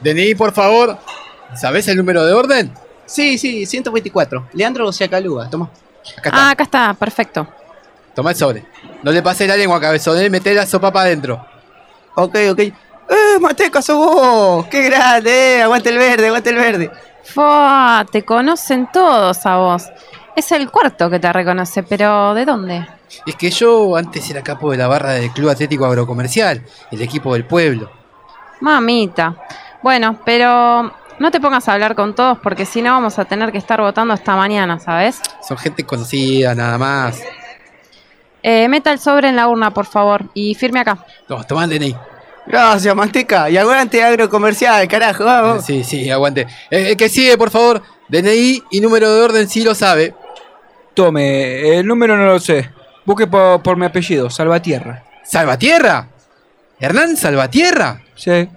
DNI, por favor. ¿Sabés el número de orden? Sí, sí, 124. Leandro Siacalúa, toma. Acá está. Ah, acá está, perfecto. Toma el sobre. No le pases la lengua, cabezón, ¿eh? Meté la sopa para adentro. Ok, ok. ¡Eh, Mateca, sos vos! ¡Qué grande! eh! ¡Aguante el verde, aguante el verde! Fua, te conocen todos a vos. Es el cuarto que te reconoce, pero ¿de dónde? Es que yo antes era capo de la barra del Club Atlético Agrocomercial, el equipo del pueblo. Mamita. Bueno, pero no te pongas a hablar con todos porque si no vamos a tener que estar votando hasta mañana, ¿sabes? Son gente conocida, nada más. Eh, meta el sobre en la urna, por favor, y firme acá. No, toma el DNI. Gracias, Manteca. Y aguante agrocomercial, carajo, vamos. Sí, sí, aguante. Eh, eh, que sigue, por favor. DNI y número de orden si lo sabe. Tome, el número no lo sé. Busque por, por mi apellido, Salvatierra. ¿Salvatierra? ¿Hernán Salvatierra? Sí,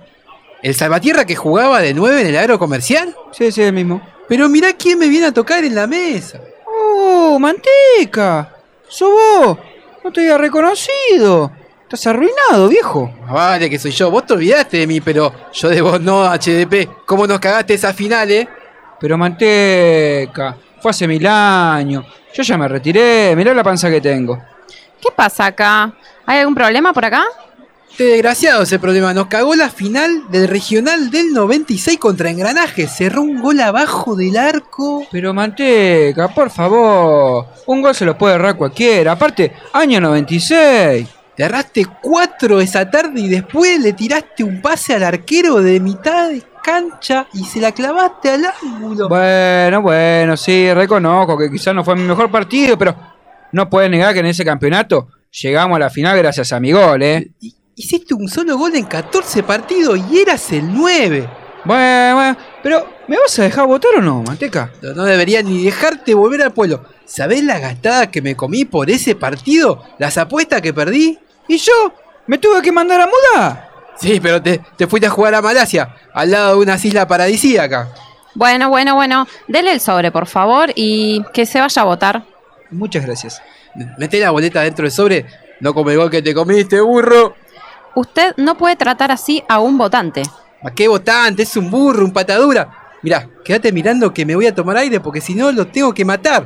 ¿El Salvatierra que jugaba de 9 en el agrocomercial? sí, sí, el mismo. Pero mirá quién me viene a tocar en la mesa. ¡Oh, manteca! ¡Sos vos! No te había reconocido. Estás arruinado, viejo. Más Vale, que soy yo. Vos te olvidaste de mí, pero yo de vos no, HDP. ¿Cómo nos cagaste esa final, eh? Pero manteca, fue hace mil años. Yo ya me retiré, mirá la panza que tengo. ¿Qué pasa acá? ¿Hay algún problema por acá? Este desgraciado ese problema. Nos cagó la final del regional del 96 contra Engranaje. Cerró un gol abajo del arco. Pero manteca, por favor. Un gol se lo puede errar cualquiera. Aparte, año 96. Le erraste cuatro esa tarde y después le tiraste un pase al arquero de mitad de cancha y se la clavaste al ángulo. Bueno, bueno, sí, reconozco que quizás no fue mi mejor partido, pero no puedes negar que en ese campeonato llegamos a la final gracias a mi gol, ¿eh? Y- Hiciste un solo gol en 14 partidos y eras el 9. Bueno, bueno, pero ¿me vas a dejar votar o no, manteca? No, no debería ni dejarte volver al pueblo. ¿Sabés la gastada que me comí por ese partido? ¿Las apuestas que perdí? ¿Y yo? ¿Me tuve que mandar a mudar? Sí, pero te, te fuiste a jugar a Malasia, al lado de unas islas paradisíacas. Bueno, bueno, bueno. Dele el sobre, por favor, y que se vaya a votar. Muchas gracias. Mete la boleta dentro del sobre, no como el gol que te comiste, burro. Usted no puede tratar así a un votante. ¿A qué votante? Es un burro, un patadura. Mirá, quédate mirando que me voy a tomar aire porque si no lo tengo que matar.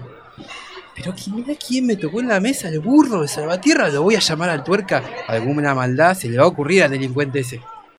Pero que mirá quién me tocó en la mesa, el burro de Salvatierra. Lo voy a llamar al tuerca. Alguna maldad se le va a ocurrir al delincuente ese.